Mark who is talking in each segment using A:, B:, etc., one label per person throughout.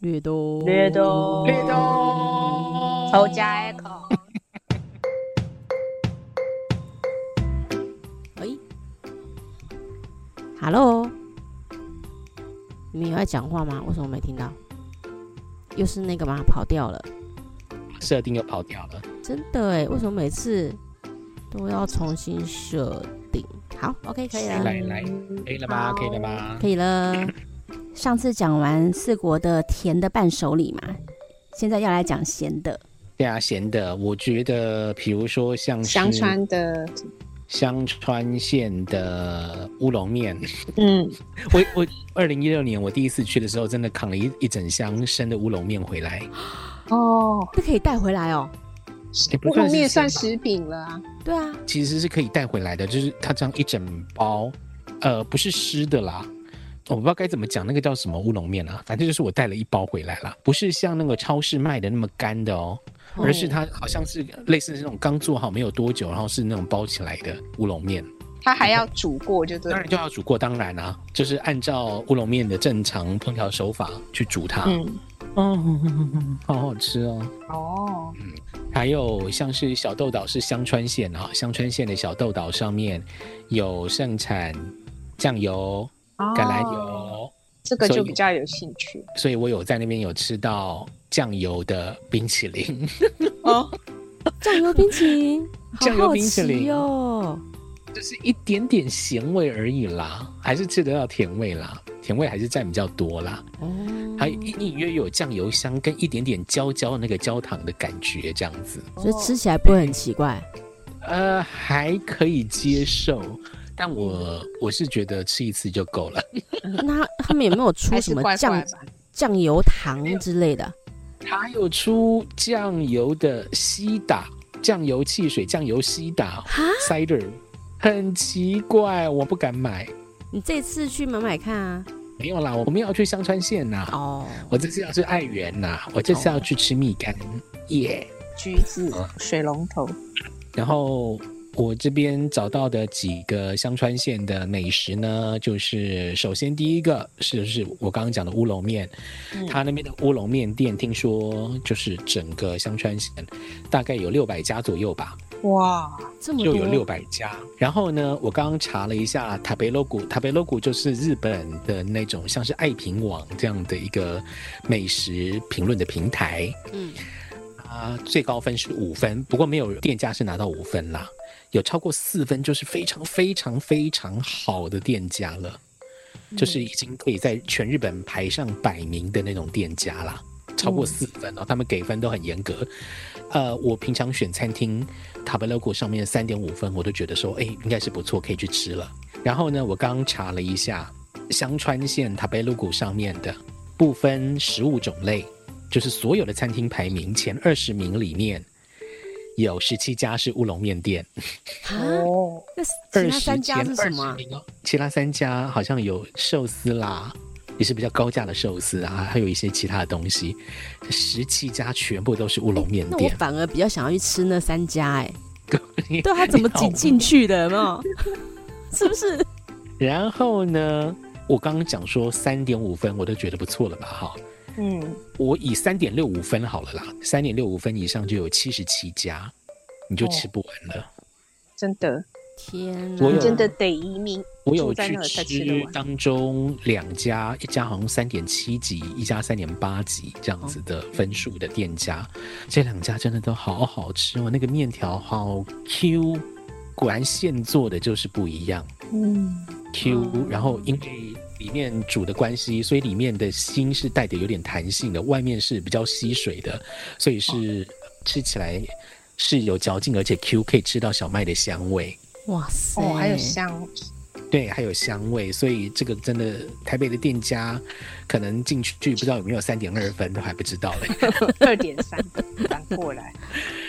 A: 略多，
B: 略多，
C: 绿豆，
B: 头 加 echo，
A: 喂，Hello，你们有在讲话吗？为什么没听到？又是那个吗？跑掉了，
C: 设定又跑掉了。
A: 真的哎，为什么每次都要重新设定？好，OK，可以
B: 啊
A: 了。
C: 来来，可以了吗？可以了吗？
A: 可以了。
D: 上次讲完四国的甜的伴手礼嘛，现在要来讲咸的。
C: 对啊，咸的，我觉得，比如说像是
B: 香川的，
C: 香川县的乌龙面，
B: 嗯，
C: 我我二零一六年我第一次去的时候，真的扛了一一整箱生的乌龙面回来。
B: 哦，
A: 这可以带回来哦。
C: 也不
B: 乌龙面
C: 算
B: 算
C: 是生
B: 食品了啊，
A: 对啊，
C: 其实是可以带回来的，就是它这样一整包，呃，不是湿的啦。我不知道该怎么讲，那个叫什么乌龙面啊？反正就是我带了一包回来啦，不是像那个超市卖的那么干的哦，而是它好像是类似那种刚做好没有多久，然后是那种包起来的乌龙面。
B: 它还要煮过，就对
C: 当
B: 了
C: 然，就要煮过，当然啊，就是按照乌龙面的正常烹调手法去煮它。
B: 嗯，
C: 哦， 好好吃哦。
B: 哦，
C: 还有像是小豆岛是香川县啊，香川县的小豆岛上面有盛产酱油、橄榄油，
B: 哦，这个就比较有兴趣
C: 所以我有在那边有吃到酱油的冰淇淋。
B: 哦，
A: 酱油冰淇淋，好
C: 酱油
A: 好
C: 冰淇淋
A: 奇哦。
C: 就是一点点咸味而已啦，还是吃得到甜味啦，甜味还是占比较多啦，
A: 哦，
C: 还隐隐约约有酱油香跟一点点焦焦的那个焦糖的感觉，这样子，
A: 所以吃起来不会很奇怪。
C: 呃，还可以接受，但我我是觉得吃一次就够了。
A: 那他们有没有出
B: 还
A: 什
B: 是
A: 么
B: 怪怪
A: 酱
B: 吧，
A: 酱油糖之类的？
C: 它有出酱油的西打，酱油汽水、酱油西打
A: 哈，
C: cider，很奇怪，我不敢买。
A: 你这次去买买看啊。
C: 没有啦，我们要去香川县呐、
A: 哦，
C: 我这次要去爱媛呐、我这次要去吃蜜柑耶。
B: 橘子、水龙头，
C: 然后我这边找到的几个香川县的美食呢，就是首先第一个是就是我刚刚讲的乌龙面，
B: 嗯
C: 他那边的乌龙面店听说就是整个香川县大概有六百家左右吧，
B: 哇，
A: 这么
C: 就
A: 多
C: 有六百家。然后呢，我刚刚查了一下塔贝洛谷，塔贝洛谷就是日本的那种像是爱评网这样的一个美食评论的平台，
A: 嗯，
C: 啊，最高分是五分，不过没有店家是拿到五分啦，有超过四分就是非常非常非常好的店家了，就是已经可以在全日本排上百名的那种店家啦。超
A: 嗯
C: 过四分哦，他们给分都很严格。呃，我平常选餐厅，塔贝勒谷上面三点五分，我都觉得说，哎，应该是不错，可以去吃了。然后呢，我刚刚查了一下，香川县塔贝勒谷上面的不分食物种类，就是所有的餐厅排名前二十名里面，有十七家是乌龙面店，
A: 啊，
B: 哦，
A: 那
C: 二
A: 其他
C: 十
A: 三家
C: 前
A: 是
C: 二
A: 什
C: 十
A: 么啊？
C: 名哦，其他三家好像有寿司啦，也是比较高价的寿司啊，还有一些其他的东西。十七家全部都是乌龙面
A: 那我
C: 店，
A: 反而比较想要去吃那三家 哎。对他怎么挤进去的？有没有？ 是不是？
C: 然后呢，我刚刚讲说三点五分，我都觉得不错了吧？哈，
B: 嗯，
C: 我以三点六五分好了啦，三点六五分以上就有七十七家，
B: 哦
C: 你就吃不完了。
B: 真的，
A: 天
C: 我有
A: 哪！
B: 真的得移民，
C: 我有
B: 住在
C: 去
B: 那儿才吃得
C: 吃
B: 完
C: 当中两家，一家好像三点七级，一家三点八级这样子
B: 哦
C: 的分数的店家，这两家真的都好好吃哦，那个面条好 Q，果然现做的就是不一样
B: 嗯，
C: Q，
A: 嗯
C: 然后因为里面煮的关系，所以里面的心是带的有点弹性的，外面是比较吸水的，所以是吃起来是有嚼劲，而且 Q 可以吃到小麦的香味。
A: 哇塞！
B: 哦，还有香，
C: 对，还有香味，所以这个真的台北的店家可能进去不知道有没有三点二分都还不知道嘞、
B: 二点三 反过来，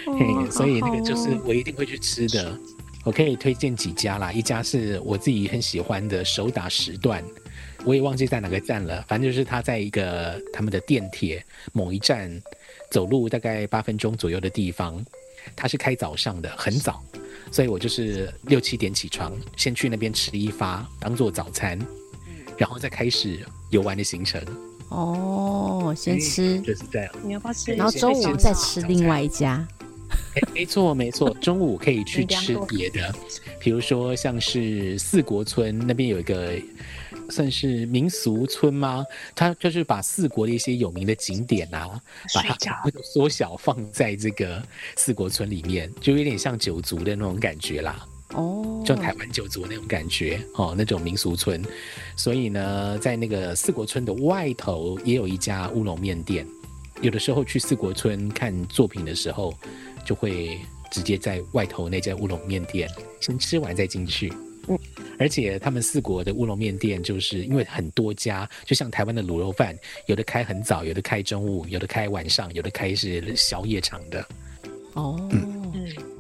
A: 嗯哦
C: 嘿所以那个就是我一定会去吃的。我可以推荐几家啦，一家是我自己很喜欢的手打时段，我也忘记在哪个站了，反正就是它在一个他们的电铁某一站，走路大概八分钟左右的地方，它是开早上的，很早，所以我就是六七点起床，先去那边吃一发当做早餐，然后再开始游玩的行程。嗯
A: 哦，后先
C: 哎
A: 吃，
C: 就是这样。
B: 你要不要吃一些
A: 然后中午再吃
B: 早餐
A: 另外一家。
C: 哎没错，没错，中午可以去吃别的，比如说像是四国村那边有一个算是民俗村吗？它就是把四国的一些有名的景点啊，把
B: 睡
C: 它
B: 觉，
C: 全部缩小放在这个四国村里面，就有点像九族的那种感觉啦。
A: 哦，
C: 就台湾九族那种感觉哦，那种民俗村。所以呢，在那个四国村的外头也有一家乌龙面店。有的时候去四国村看作品的时候，就会直接在外头那家乌龙面店先吃完再进去。
B: 嗯，
C: 而且他们四国的乌龙面店，就是因为很多家，就像台湾的卤肉饭，有的开很早，有的开中午，有的开晚上，有的开是宵夜场的。
A: 哦，
B: 嗯，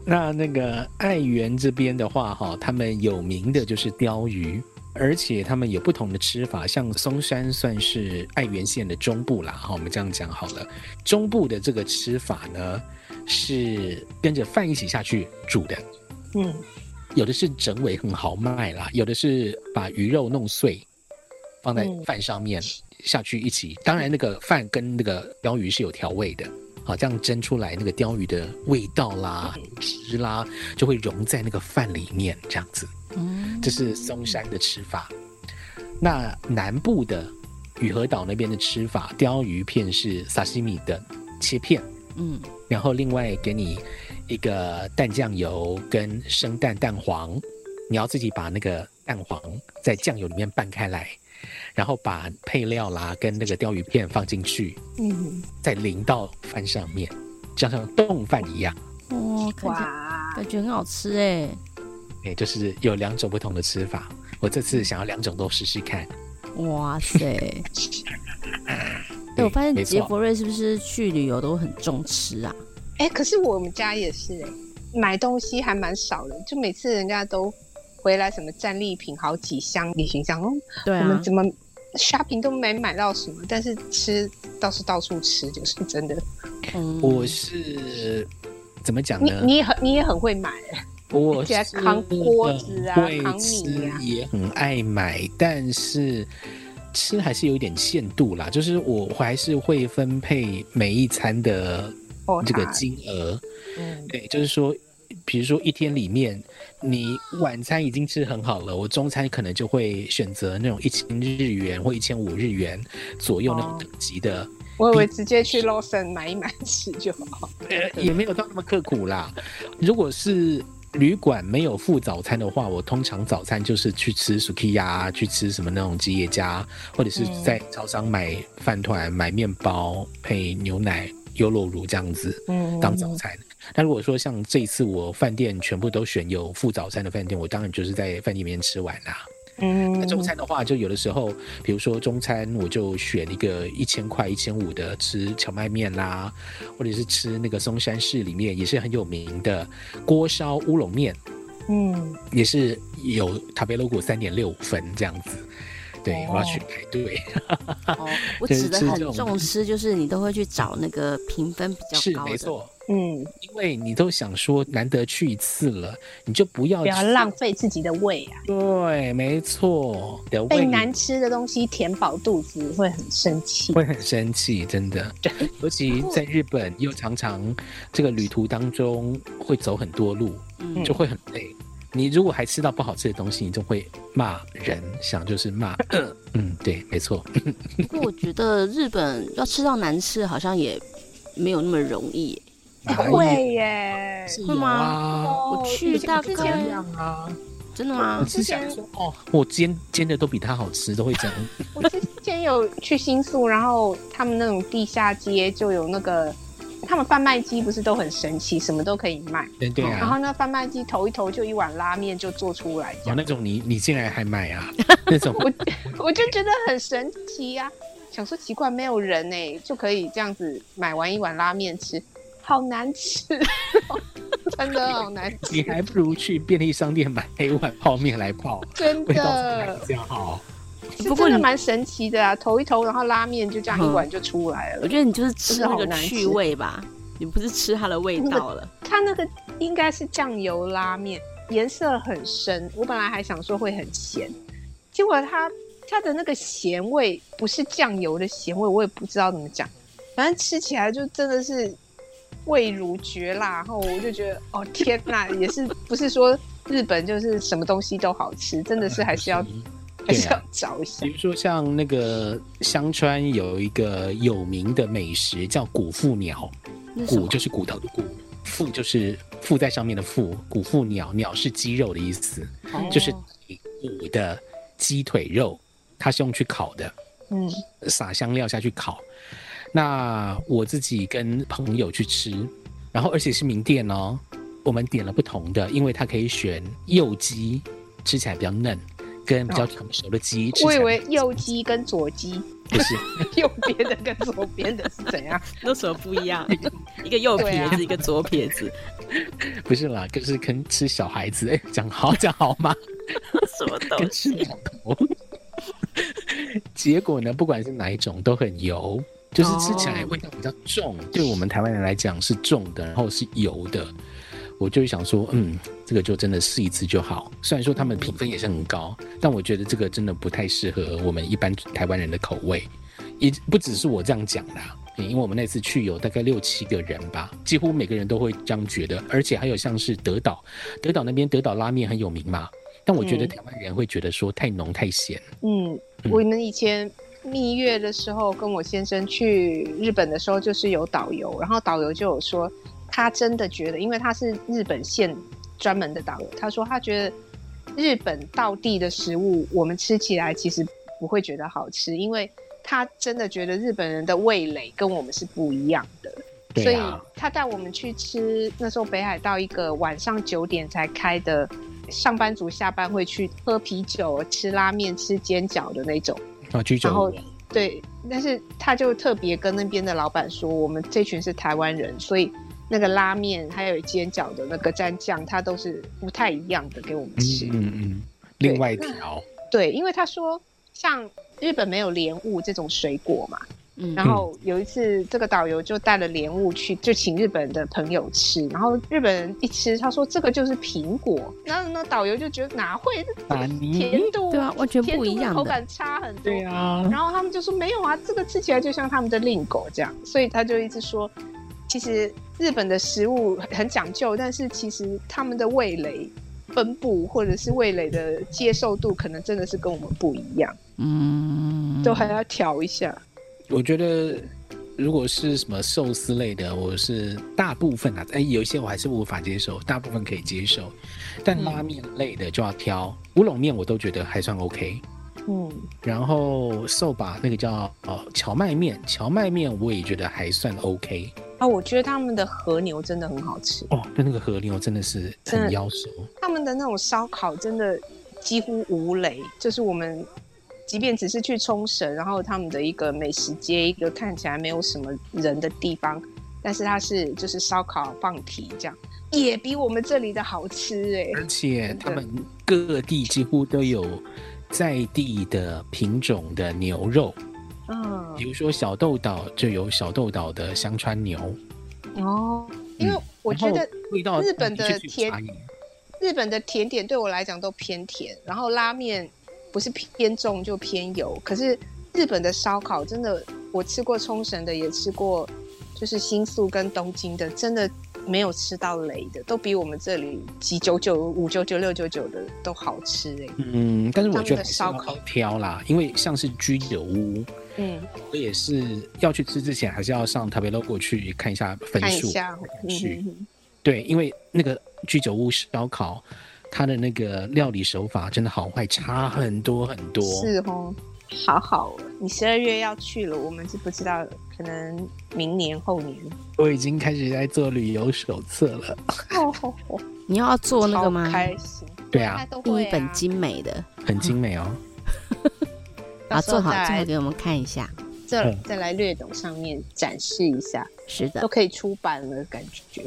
C: 那那个爱媛这边的话，哈，他们有名的就是鲷鱼，而且他们有不同的吃法，像松山算是爱媛县的中部啦，哈，我们这样讲好了。中部的这个吃法呢，是跟着饭一起下去煮的，
B: 嗯，
C: 有的是整尾很豪迈啦，有的是把鱼肉弄碎放在
B: 嗯
C: 饭上面、下去一起。当然，那个饭跟那个鲷鱼是有调味的，好，这样蒸出来那个鲷鱼的味道啦、汁啦，就会融在那个饭里面，这样子。
A: 嗯，
C: 这是松山的吃法。那南部的雨和岛那边的吃法，鲷鱼片是沙西米的切片，
A: 嗯，
C: 然后另外给你一个蛋酱油跟生蛋蛋黄，你要自己把那个蛋黄在酱油里面拌开来，然后把配料啦跟那个鲷鱼片放进去，
B: 嗯，
C: 再淋到饭上面，就像冻饭一样。
A: 哦，看起来
B: 哇，
A: 感觉很好吃哎。
C: 哎，就是有两种不同的吃法，我这次想要两种都试试看。
A: 哇塞！ 哎、
C: 对
A: 我发现
C: 没
A: 杰
C: 错
A: 佛瑞是不是去旅游都很重吃啊？
B: 哎，可是我们家也是哎，买东西还蛮少的，就每次人家都回来什么战利品好几箱旅行箱，哦
A: 对
B: 我
A: 啊
B: 们，怎么 shopping 都没买到什么，但是吃倒是到处吃，就是真的。
A: 嗯
C: 我是怎么讲
B: 你
C: 呢？
B: 你也很你也很会买，
C: 我
B: 而且还
C: 是
B: 扛锅子啊
C: 很会
B: 扛米
C: 吃
B: 啊
C: 也很爱买，但是吃还是有一点限度啦。就是我还是会分配每一餐的
B: 哦，
C: 这个
B: 他
C: 金额，
B: 嗯
C: 对，就是说，比如说一天里面，你晚餐已经吃很好了，我中餐可能就会选择那种一千日元或一千五日元左右那种
B: 哦
C: 等级的。
B: 我以为直接去 Lawson 买一买吃就好。
C: 呃，也没有到那么刻苦啦。如果是旅馆没有附早餐的话，我通常早餐就是去吃 sukiya，去吃什么那种吉野家，或者是
B: 嗯
C: 在超商买饭团、买面包配牛奶、优酪乳这样子
B: 嗯
C: 当早餐。那如果说像这一次我饭店全部都选有附早餐的饭店，我当然就是在饭店里面吃完啦。那
B: 嗯
C: 中餐的话，就有的时候，比如说中餐，我就选一个一千块、一千五的吃荞麦面啦，或者是吃那个松山市里面也是很有名的锅烧乌龙面，
B: 嗯，
C: 也是有塔贝 logo 三点六分这样子。对，我要去排队，
D: 哦，我
C: 就是
D: 指的
C: 吃这
D: 很
C: 种
D: 重吃，就是你都会去找那个评分
A: 哦
D: 比
C: 是
D: 较高
C: 没
D: 的。
C: 错，
B: 嗯，
C: 因为你都想说难得去一次了，你就不要
B: 不要
C: 去
B: 浪费自己的胃啊，
C: 对，没错，的
B: 被
C: 胃
B: 难吃的东西填饱肚子会很生气。
C: 会很生气，真的。尤其在日本，又常常这个旅途当中会走很多路，
A: 嗯
C: 就会很累。你如果还吃到不好吃的东西，你就会骂人，想就是骂。嗯，对，没错，
D: 不过我觉得日本要吃到难吃，好像也没有那么容易耶。
C: 哪有
B: 会耶，
C: 是
A: 会
C: 有
A: 吗
C: 啊。
B: 哦
A: 我去大概
B: 之前啊，
A: 真的
C: 我
A: 吗？
C: 只想说，哦，我煎煎的都比它好吃，都会这样。
B: 我之前有去新宿，然后他们那种地下街就有那个，他们贩卖机不是都很神奇，什么都可以卖。
C: 对对
B: 哦然后
C: 啊，
B: 那贩卖机投一投就一碗拉面就做出来，这
C: 有
B: 样
C: 那种你你竟然还 买啊？那种
B: 我就觉得很神奇呀、想说奇怪，没有人哎、就可以这样子买完一碗拉面吃，好难吃、哦真的好难
C: 你
B: 吃，
C: 还不如去便利商店买一碗泡面来泡，
B: 真
C: 味道才
B: 的
C: 比较好。
B: 是
A: 不过
B: 真的
A: 你
B: 蛮神奇的啊，投一投，然后拉面就这样一
A: 嗯
B: 碗就出来了。
A: 我觉得你就是吃
B: 真的
A: 那
B: 好
A: 个
B: 难
A: 趣
B: 吃
A: 味吧，你不是吃它的味道了。
B: 它那个应该是酱油拉面，颜色很深。我本来还想说会很咸，结果它它的那个咸味不是酱油的咸味，我也不知道怎么讲，反正吃起来就真的是味如绝辣。然后我就觉得，哦天哪，也是不是说日本就是什么东西都好吃，真的是还是要还
C: 对
B: 是
C: 啊
B: 要找一下
C: 比。如说像那个香川有一个有名的美食叫骨腹鸟，
D: 那是什
C: 骨
D: 么？
C: 就是骨头的骨，腹就是附在上面的腹，骨腹鸟，鸟是鸡肉的意思，就是骨的鸡腿肉，它是用去烤的，
B: 嗯，
C: 撒香料下去烤。那我自己跟朋友去吃，然后而且是名店哦，我们点了不同的，因为它可以选幼鸡，吃起来比较嫩，跟比较成熟的鸡，吃起
B: 我
C: 来
B: 以为右鸡跟左鸡，
C: 不是。
B: 右边的跟左边的是怎样？
E: 有什么不一 样？一个右
B: 对
E: 撇
B: 啊
E: 子，一个左撇子，
C: 不是啦，就是跟吃小孩子，哎、讲好 讲好吗？
E: 什么
C: 跟
E: 东
C: 吃
E: 西？
C: 老头。 结果呢，不管是哪一种都很油，就是吃起来味道比较重，对我们台湾人来讲是重的，然后是油的。我就想说，嗯，这个就真的试一次就好。虽然说他们评分也是很高，但我觉得这个真的不太适合我们一般台湾人的口味。也不只是我这样讲啦，因为我们那次去有大概六七个人吧，几乎每个人都会这样觉得。而且还有像是德岛，德岛那边德岛拉面很有名嘛，但我觉得
B: 嗯
C: 台湾人会觉得说太浓太咸，
B: 嗯，我们以前蜜月的时候，跟我先生去日本的时候，就是有导游，然后导游就有说，他真的觉得，因为他是日本线专门的导游，他说他觉得日本道地的食物，我们吃起来其实不会觉得好吃，因为他真的觉得日本人的味蕾跟我们是不一样的。所
C: 对
B: 以
C: 啊，
B: 他带我们去吃那时候北海道一个晚上九点才开的，上班族下班会去喝啤酒、吃拉面、吃煎饺的那种。
C: 啊，居酒
B: 然后
C: 屋
B: 对，但是他就特别跟那边的老板说，我们这群是台湾人，所以那个拉面还有煎饺的那个蘸酱，它都是不太一样的给我们吃。
C: 嗯嗯嗯，
B: 对
C: 另外一条
B: 对，因为他说像日本没有莲雾这种水果嘛，
D: 嗯
B: 然后有一次，这个导游就带了莲雾去，就请日本的朋友吃。然后日本人一吃，他说这个就是苹果。然后那导游就觉得哪会这
C: 打
B: 个
C: 泥，
B: 甜度
D: 对啊，完全
B: 甜
D: 不
B: 度
D: 一
B: 跟
D: 样
B: 口
D: 的。
B: 感差很多。
C: 对啊，
B: 然后他们就说没有啊，这个吃起来就像他们的令狗这样，所以他就一直说，其实日本的食物很讲究，但是其实他们的味蕾分布或者是味蕾的接受度，可能真的是跟我们不一样，
D: 嗯，
B: 都还要调一下。
C: 我觉得如果是什么寿司类的，我是大部分啊，哎，有一些我还是无法接受，大部分可以接受，但
B: 嗯
C: 拉面类的就要挑，乌龙面我都觉得还算 OK。
B: 嗯
C: 然后寿把那个叫呃荞麦面，荞麦面我也觉得还算 OK
B: 啊，我觉得他们的和牛真的很好吃，
C: 哦，但那个和牛真的是
B: 真的
C: 很妖熟，
B: 他们的那种烧烤真的几乎无雷，就是我们即便只是去冲绳，然后他们的一个美食街，一个看起来没有什么人的地方，但是它是就是烧烤放题这样，也比我们这里的好吃哎、
C: 而且他们各地几乎都有在地的品种的牛肉，
B: 嗯
C: 比如说小豆岛就有小豆岛的香川牛，
B: 哦，因为我觉得
C: 嗯然后味道
B: 日本的
C: 确实有
B: 甜
C: 差异
B: 日本的甜点对我来讲都偏甜，然后拉面不是偏重就偏油。可是日本的烧烤真的，我吃过冲绳的，也吃过就是新宿跟东京的，真的没有吃到雷的，都比我们这里几九九五九九六九九的都好吃哎、
C: 嗯，但是
B: 他
C: 我
B: 们
C: 觉
B: 的
C: 得还是
B: 烧
C: 要
B: 烤
C: 挑啦，因为像是居酒屋，
B: 嗯，
C: 我也是要去吃之前还是要上台北 logo 去看一下分
B: 看一
C: 数，
B: 下，
C: 去
B: 嗯嗯
C: 对，因为那个居酒屋烧烤，它的那个料理手法真的好坏差很多很多。
B: 是哦，好好哦，你十二月要去了，我们是不知道，可能明年后年。
C: 我已经开始在做旅游手册了。
B: 哦吼吼，
A: 你要做那个吗
B: 超？开心，
C: 对
B: 大家
C: 啊，
B: 都
D: 印
B: 会
D: 一本
B: 啊
D: 精美的
C: 很精美哦。
B: 到
D: 啊，
B: 时候
D: 做好
B: 再
D: 做好
B: 来
D: 给我们看一下。
B: 再
C: 嗯
B: 再来略懂上面展示一下，
D: 是的
B: 都，可以出版了，感觉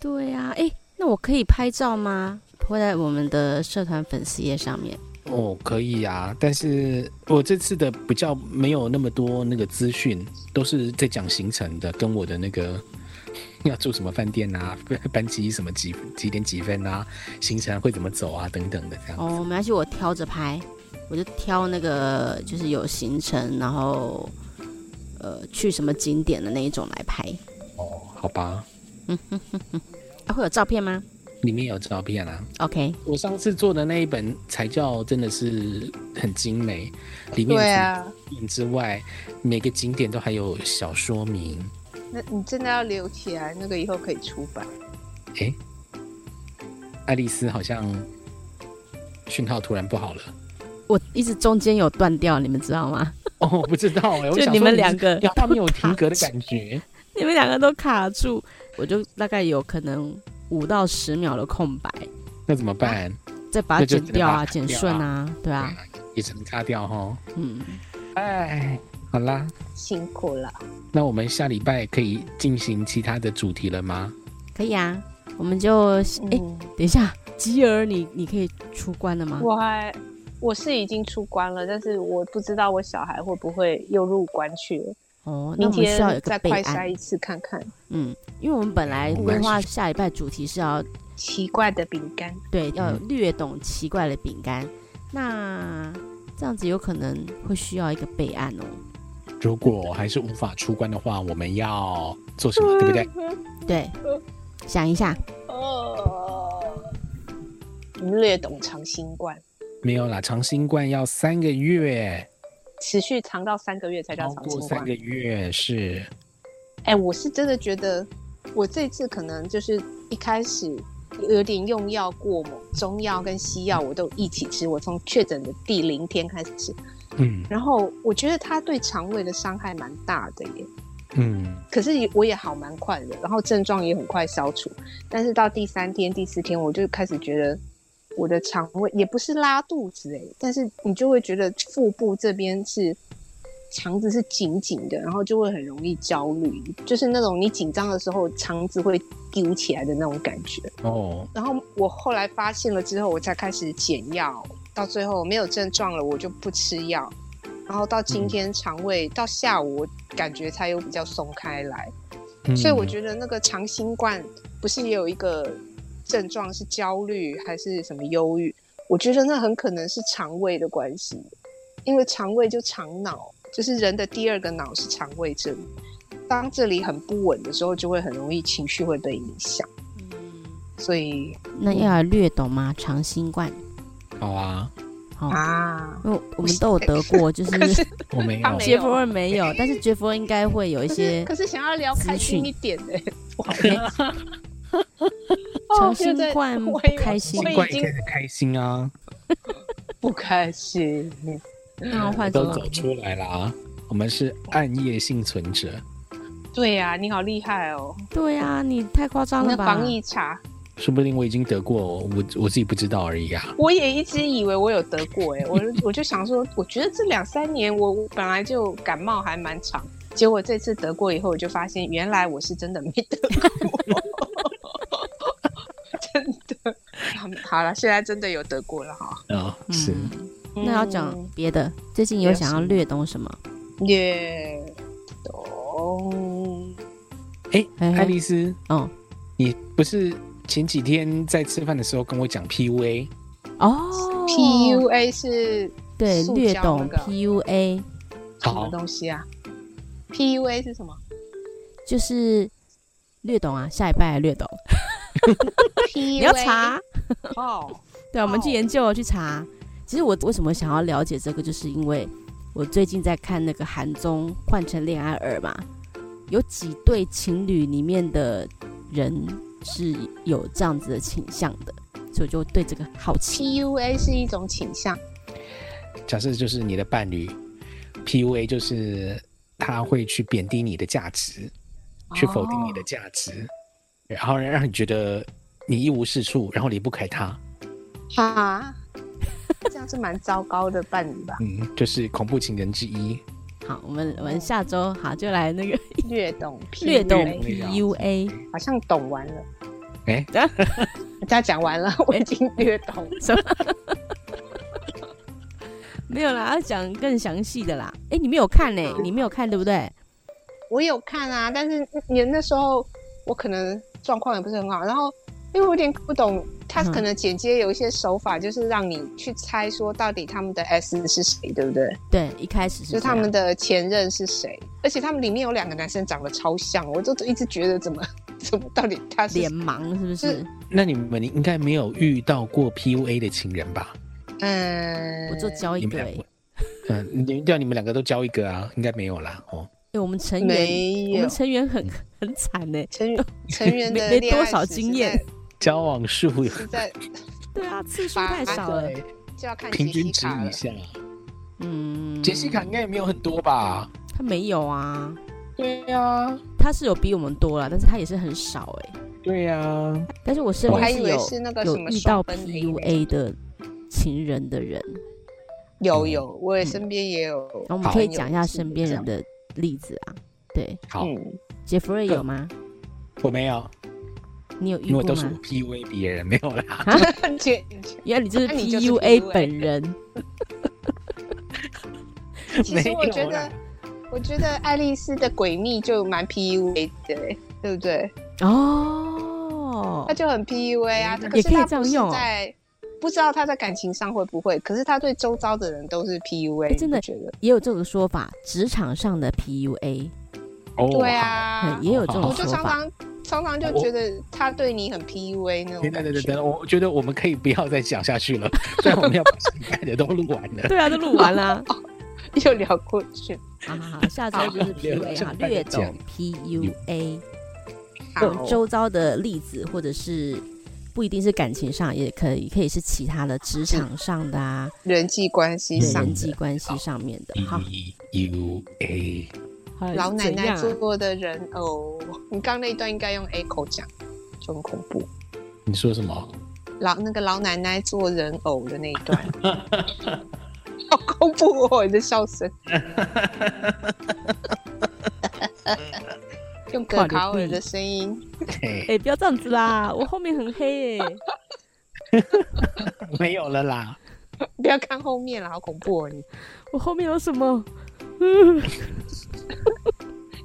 D: 对呀、啊，哎，那我可以拍照吗？会在我们的社团粉丝页上面。
C: 哦，可以啊，但是我这次的比较没有那么多那个资讯，都是在讲行程的，跟我的那个 要住什么饭店啊，班机什么几几点几分啊，行程会怎么走啊等等的这样。
A: 哦
D: 哦，没关系，我挑着拍。
A: 我就挑那个就是有行程，然后呃去什么景点的那一种来拍。
C: 哦，好吧，
A: 啊，会有照片吗
C: 里面有照片啊。
A: ？OK，
C: 我上次做的那一本才叫真的是很精美，里
B: 对
C: 面除
B: 啊，
C: 了景之外，每个景点都还有小说明。
B: 那你真的要留起来，那个以后可以出版。
C: 爱丽丝好像讯号突然不 好了。
A: 我一直中间有断掉，你们知道吗？
C: 哦，我不知道哎、我
A: 就
C: 想
A: 你
C: 说
A: 们两个
C: 是，画面有停格的感觉。
A: 你们两个都卡住，我就大概有可能五到十秒的空白，
C: 那怎么办？
A: 再把它
C: 那就
A: 剪掉啊，
C: 只
A: 剪
C: 能把它剪
A: 顺啊，对啊，
C: 对也只能擦掉哈。
A: 嗯，
C: 哎，好啦，
B: 辛苦了，
C: 那我们下礼拜可以进行其他的主题了吗？
A: 可以啊。我们就哎、
B: 嗯，
A: 等一下，吉儿你，你可以出关了吗？
B: 我还我是已经出关了，但是我不知道我小孩会不会又入关去了。
A: 哦，那
B: 明
A: 我们需要有
B: 天
A: 一个
B: 再
A: 备
B: 快筛
A: 案
B: 一，次看 看。
A: 嗯，因为我们本来
C: 我
A: 规
C: 们
A: 划
C: 是
A: 下礼拜主题是要
B: 奇怪的饼干，
A: 对要
C: 嗯
A: 略懂奇怪的饼干，那这样子有可能会需要一个备案哦。
C: 如果还是无法出关的话，我们要做什么？对不对？
A: 对，
B: 嗯
A: 想一下，
B: 哦，略懂尝新冠，
C: 没有啦，长新冠要三个月，
B: 持续尝到三个月才叫
C: 超
B: 尝
C: 过
B: 新
C: 三
B: 冠
C: 个。月是
B: 哎、我是真的觉得，我这次可能就是一开始有点用药过猛，中药跟西药我都一起吃。我从确诊的第零天开始吃，
C: 嗯
B: 然后我觉得它对肠胃的伤害蛮大的耶。
C: 嗯，
B: 可是我也好蛮快的，然后症状也很快消除，但是到第三天、第四天，我就开始觉得我的肠胃也不是拉肚子哎、但是你就会觉得腹部这边是肠子是紧紧的，然后就会很容易焦虑，就是那种你紧张的时候肠子会揪起来的那种感觉。
C: 哦，
B: 然后我后来发现了之后，我才开始减药，到最后没有症状了，我就不吃药。然后到今天肠胃、到下午，我感觉才有比较松开来。
C: 嗯
B: 所以我觉得那个长新冠不是也有一个症状是焦虑还是什么忧郁？我觉得那很可能是肠胃的关系，因为肠胃就肠脑，就是人的第二个脑是肠胃这里。当这里很不稳的时候，就会很容易情绪会被影响。所以
A: 那要
B: 嗯
A: 来略懂吗？长新冠，
C: 好啊，
A: 好、
B: 啊，
A: 因为我们哦都有得过，就
B: 可是
A: 是
C: 我没
B: 他
C: 有
B: 没
A: 杰佛恩没有，但是杰佛恩应该会有一
B: 可
A: 些
B: 是 可是想要聊开心一点 的、欸，哇
A: 长
B: 哦
A: 新冠
B: 我
A: 不
B: 以为
A: 开心
B: 我
C: 新
B: 已
C: 冠
B: 经
C: 也开始开心啊，
B: 不开心。
A: 那换什
C: 都
A: 么？
C: 走出来啦。我们是暗夜幸存者，
B: 对呀、你好厉害哦，
A: 对啊，你太夸张
B: 那
A: 了吧？
B: 防疫茶。
C: 说不定我已经得过，我我自己不知道而已啊。
B: 我也一直以为我有得过、欸，哎，我我就想说，我觉得这两三年我我本来就感冒还蛮长，结果这次得过以后，我就发现原来我是真的没得过，真的。好了，现在真的有得过了哈。
C: 啊、
A: 嗯
C: 是，
A: 那要讲
B: 嗯
A: 别的，最近有想要略懂什么？
B: 也
A: 哦
B: 懂，
C: 哎、
A: 嘿嘿
C: 爱丽丝，
A: 哦
B: 嗯
C: 你不是前几天在吃饭的时候跟我讲 PUA？
A: 哦
B: PUA 是
A: 对
B: 塑
A: 略
B: 胶
A: 懂
B: 那个
A: PUA
B: 什么
C: 好，
B: 东西啊？PUA 是什么
A: 就是略懂啊，下一拜略懂，
B: ？PUA
A: 你要查？
B: 哦，
A: 对啊，我们去
B: 哦
A: 研究去查。其实我为什么想要了解这个，就是因为我最近在看那个韩综《换成恋爱二》嘛，有几对情侣里面的人是有这样子的倾向的，所以我就对这个好奇。
B: PUA 是一种倾向，
C: 假设就是你的伴侣，PUA 就是他会去贬低你的价值，去否定你的价值，然后让你觉得你一无是处，然后离不开他。？
B: 哈，这样是蛮糟糕的伴侣吧
C: 嗯，就是恐怖情人之一。
A: 好，我们我们下周好就来那个
B: 略懂 PUA
A: 略懂
C: 懂
A: PUA
B: 好像懂完了。
C: 哎
B: 大家讲完了，我已经
A: 哎
B: 略懂。
A: 没有啦，要讲更详细的啦。哎，你没有看呢、你没有看对不对？
B: 我有看啊，但是你那时候我可能状况也不是很好，然后因为我有点不懂，他
A: 嗯
B: 可能剪接有一些手法，就是让你去猜说到底他们的 S 是谁，对不对？
A: 对，一开始是
B: 就是他
A: 这
B: 们
A: 样
B: 的前任是谁，而且他们里面有两个男生长得超像，我就一直觉得怎么 怎么到底他是
A: 脸盲，是不是？
C: 那你们应该没有遇到过 PUA 的情人吧？
B: 嗯，
A: 我就交一
C: 你
A: 个
C: 们
A: 哎、欸
C: 两，嗯，你对啊，你们两个都交一个啊，应该没有啦哦。
A: 欸我们成员
B: 没
A: 我
B: 有
A: 们成员很很惨哎、
B: 成员成员的
A: 没没
B: 恋爱
A: 多少
B: 史
A: 经
B: 是
A: 验
B: 在
C: 交往数有
B: 是在
A: 对啊，次数
B: 八
A: 太少了，
C: 对
B: 就要看
C: 平
B: 杰
C: 均
B: 西
C: 值
B: 卡了
C: 以。下，
A: 嗯，
C: 杰西卡应该也没有很多吧？
A: 他没有啊，
C: 对呀，
B: 啊
A: 他是有比我们多啦，但是他也是很少哎、
C: 对呀，
A: 但是我身
B: 我还
A: 边
B: 以为
A: 有
B: 是那个
A: 有
B: 什么
A: 遇
B: 双
A: 到
B: 分 A 呢
A: PUA 的情人的人，
B: 有
C: 嗯
B: 有，我也身边也有。
A: 嗯然后我们
C: 好
A: 可以讲一下身边人的例子啊。对，
C: 好，
B: 嗯，
A: 杰弗瑞
C: 对
A: 有吗？
C: 我没有，
A: 你有遇
C: 因
A: 过
C: 为都嗯是我
A: 吗？
C: PUA 别人，没有啦。
B: 姐
A: 原来你就是
B: 那你就是
A: PUA
B: PUA
A: 本人，
B: 其实我觉
C: 没有啦
B: 得，我觉得爱丽丝的诡秘就蛮 PUA 的、欸对不对？
A: 哦
B: 她，就很 PUA 啊，可
A: 也
B: 是
A: 可以
B: 她
A: 这样
B: 不是
A: 用哦
B: 在不知道她在感情上会不会，可是她对周遭的人都是 PUA，、
A: 哎真的
B: 你不觉得？
A: 也有这个说法，职场上的 PUA，
C: 哦，
B: 对
C: 好。
B: 啊
A: 嗯，也有这
C: 好
A: 种
B: 我就
A: 说
B: 常
A: 法。
B: 常常常就觉得她对你很 PUA 那种
C: 等等
B: 感
C: 等
B: 觉。
C: 等，我觉得我们可以不要再讲下去了，虽然我们要把现在的都录完 了。
A: 对啊，都录完啦。
B: 又聊过去，
A: 好啊好好，下周就是 PUA，好，略懂 PUA，
B: 好
A: 我们嗯周遭的例子，或者是不一定是感情上，也可以可以是其他的
B: 嗯
A: 职场上的啊，
B: 人际关系
A: 对
B: 上
A: 人，际关系上面的。好，
C: PUA，
A: 好
B: 嗯老奶奶
A: 怎样啊
B: 做的人偶，你刚刚那一段应该用 A 口讲，就很恐怖。
C: 你说什么？
B: 老那个老奶奶做人偶的那一段， 好恐怖哦！你的笑声，用葛卡尔的声音，
A: 哎、不要这样子啦，我后面很黑哎、
C: 没有了啦。
B: 不要看后面了，好恐怖哦！你
A: 我后面有什么？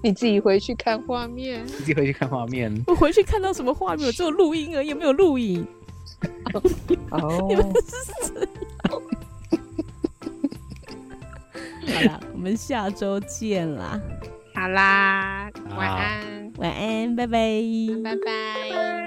B: 你自己回去看画面，
C: 自己回去看画面。
A: 我回去看到什么画面？我只有录音而已，有没有录影？
B: 哦，
A: 好啦，我们下周见啦，
B: 好啦，晚安，
A: 晚安，拜拜。
B: 拜拜。